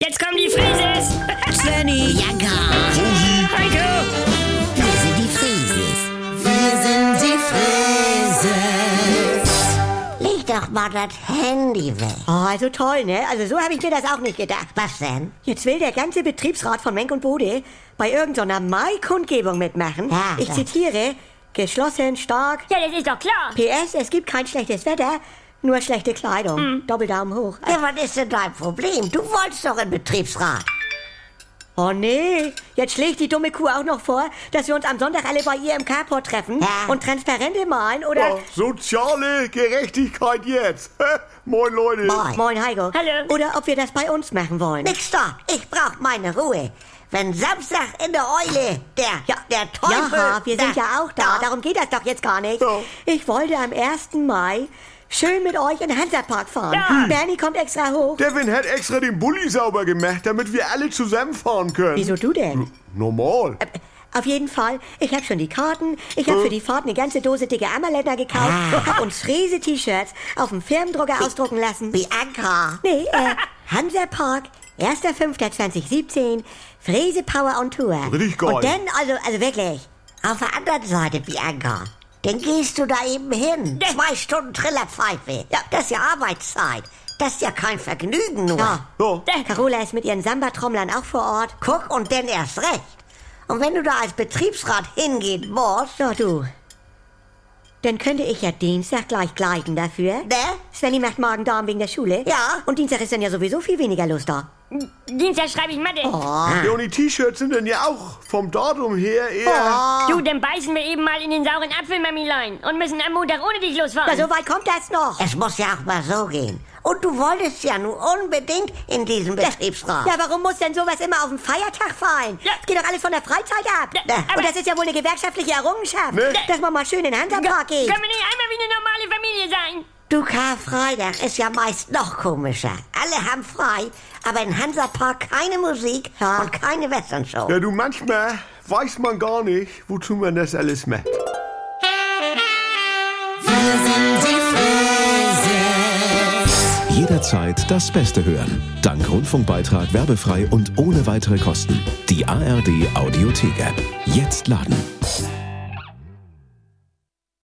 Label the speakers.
Speaker 1: Jetzt kommen die Frises!
Speaker 2: Svenny,
Speaker 3: Jagger.
Speaker 1: Heiko!
Speaker 3: Wir sind die Frieses. Wir sind die Frieses. Leg doch mal das Handy weg.
Speaker 2: oh, so toll, ne? Also so habe ich mir das auch nicht gedacht.
Speaker 3: Was denn?
Speaker 2: Jetzt will der ganze Betriebsrat von Menk und Bode bei irgendeiner Mai-Kundgebung mitmachen.
Speaker 3: Ja,
Speaker 2: ich
Speaker 3: ja.
Speaker 2: zitiere, geschlossen, stark.
Speaker 1: Ja, das ist doch klar!
Speaker 2: PS, es gibt kein schlechtes Wetter, nur schlechte Kleidung.
Speaker 3: Hm.
Speaker 2: Doppeldaumen hoch.
Speaker 3: Ja, was ist denn dein Problem? Du wolltest doch in den Betriebsrat.
Speaker 2: Oh nee, jetzt schlägt die dumme Kuh auch noch vor, dass wir uns am Sonntag alle bei ihr im Carport treffen
Speaker 3: Ja.
Speaker 2: und Transparente malen oder...
Speaker 4: Ja, Äh, Soziale Gerechtigkeit jetzt. Moin Leute.
Speaker 3: Moin.
Speaker 2: Moin, Heiko.
Speaker 1: Hallo.
Speaker 2: Oder ob wir das bei uns machen wollen.
Speaker 3: Nix da. Ich brauch meine Ruhe. Wenn Samstag in der Eule der, ja. der Teufel...
Speaker 2: Ja, wir sind
Speaker 3: da-
Speaker 2: ja auch da. Darum geht das doch jetzt gar nicht.
Speaker 4: Ja.
Speaker 2: Ich wollte am 1. Mai schön mit euch in den Hansapark fahren. Hm,
Speaker 1: Ja.
Speaker 2: Bernie kommt extra hoch.
Speaker 4: Devin hat extra den Bulli sauber gemacht, damit wir alle zusammenfahren können.
Speaker 2: Wieso Äh, du denn?
Speaker 4: Normal.
Speaker 2: Auf jeden Fall, ich habe schon die Karten, ich habe für die Fahrt eine ganze Dose dicke Ammerländer gekauft, hab uns Fräse-T-Shirts auf dem Firmendrucker ausdrucken lassen.
Speaker 3: Bianca.
Speaker 2: Nee, äh, Hansapark, 1.5.2017, Fräse Power on Tour.
Speaker 4: Richtig geil.
Speaker 2: Und dann, also, also wirklich,
Speaker 3: Auf der anderen Seite, Bianca. Dann gehst du da eben hin. Zwei Stunden Trillerpfeife. Ja, das ist ja Arbeitszeit. Das ist ja kein Vergnügen nur.
Speaker 2: Ja.
Speaker 4: Ja.
Speaker 2: Carola ist mit ihren Samba-Trommlern auch vor Ort.
Speaker 3: Guck und denn erst recht. Und wenn du da als Betriebsrat hingehen musst,
Speaker 2: So, du. Dann könnte ich ja Dienstag gleich gleiten dafür.
Speaker 3: ne?
Speaker 2: Svenny macht Magen-Darm wegen der Schule.
Speaker 3: Ja.
Speaker 2: Und Dienstag ist dann ja sowieso viel weniger Lust da.
Speaker 1: Dienstag schreibe ich Mathe.
Speaker 3: Oh.
Speaker 4: Ja, und die T-Shirts sind dann ja auch vom Datum her eher.
Speaker 2: Oh.
Speaker 1: Du, dann beißen wir eben mal in den sauren Apfel, Mamilein. Und müssen am Montag ohne dich losfahren.
Speaker 2: Na, so weit kommt das noch.
Speaker 3: Es muss ja auch mal so gehen. Und du wolltest ja nun unbedingt in diesen Betriebsrat.
Speaker 2: Ja, warum muss denn sowas immer auf den Feiertag fallen?
Speaker 1: Ah. Ja.
Speaker 2: Es geht doch alles von der Freizeit ab.
Speaker 1: Ja, aber-
Speaker 2: Und das ist ja wohl eine gewerkschaftliche Errungenschaft,
Speaker 4: Ne?
Speaker 2: dass man mal schön in den Hansapark geht.
Speaker 1: Können wir nicht einmal wie eine normale Familie sein?
Speaker 3: Du, Karfreitag ist ja meist noch komischer. Alle haben frei, aber in Hansapark keine Musik
Speaker 2: Ja.
Speaker 3: und keine Westernshow.
Speaker 4: Ja, du, manchmal weiß man gar nicht, wozu man das alles macht.
Speaker 5: Jederzeit das Beste hören. Dank Rundfunkbeitrag werbefrei und ohne weitere Kosten. Die ARD Audiothek App. Jetzt laden.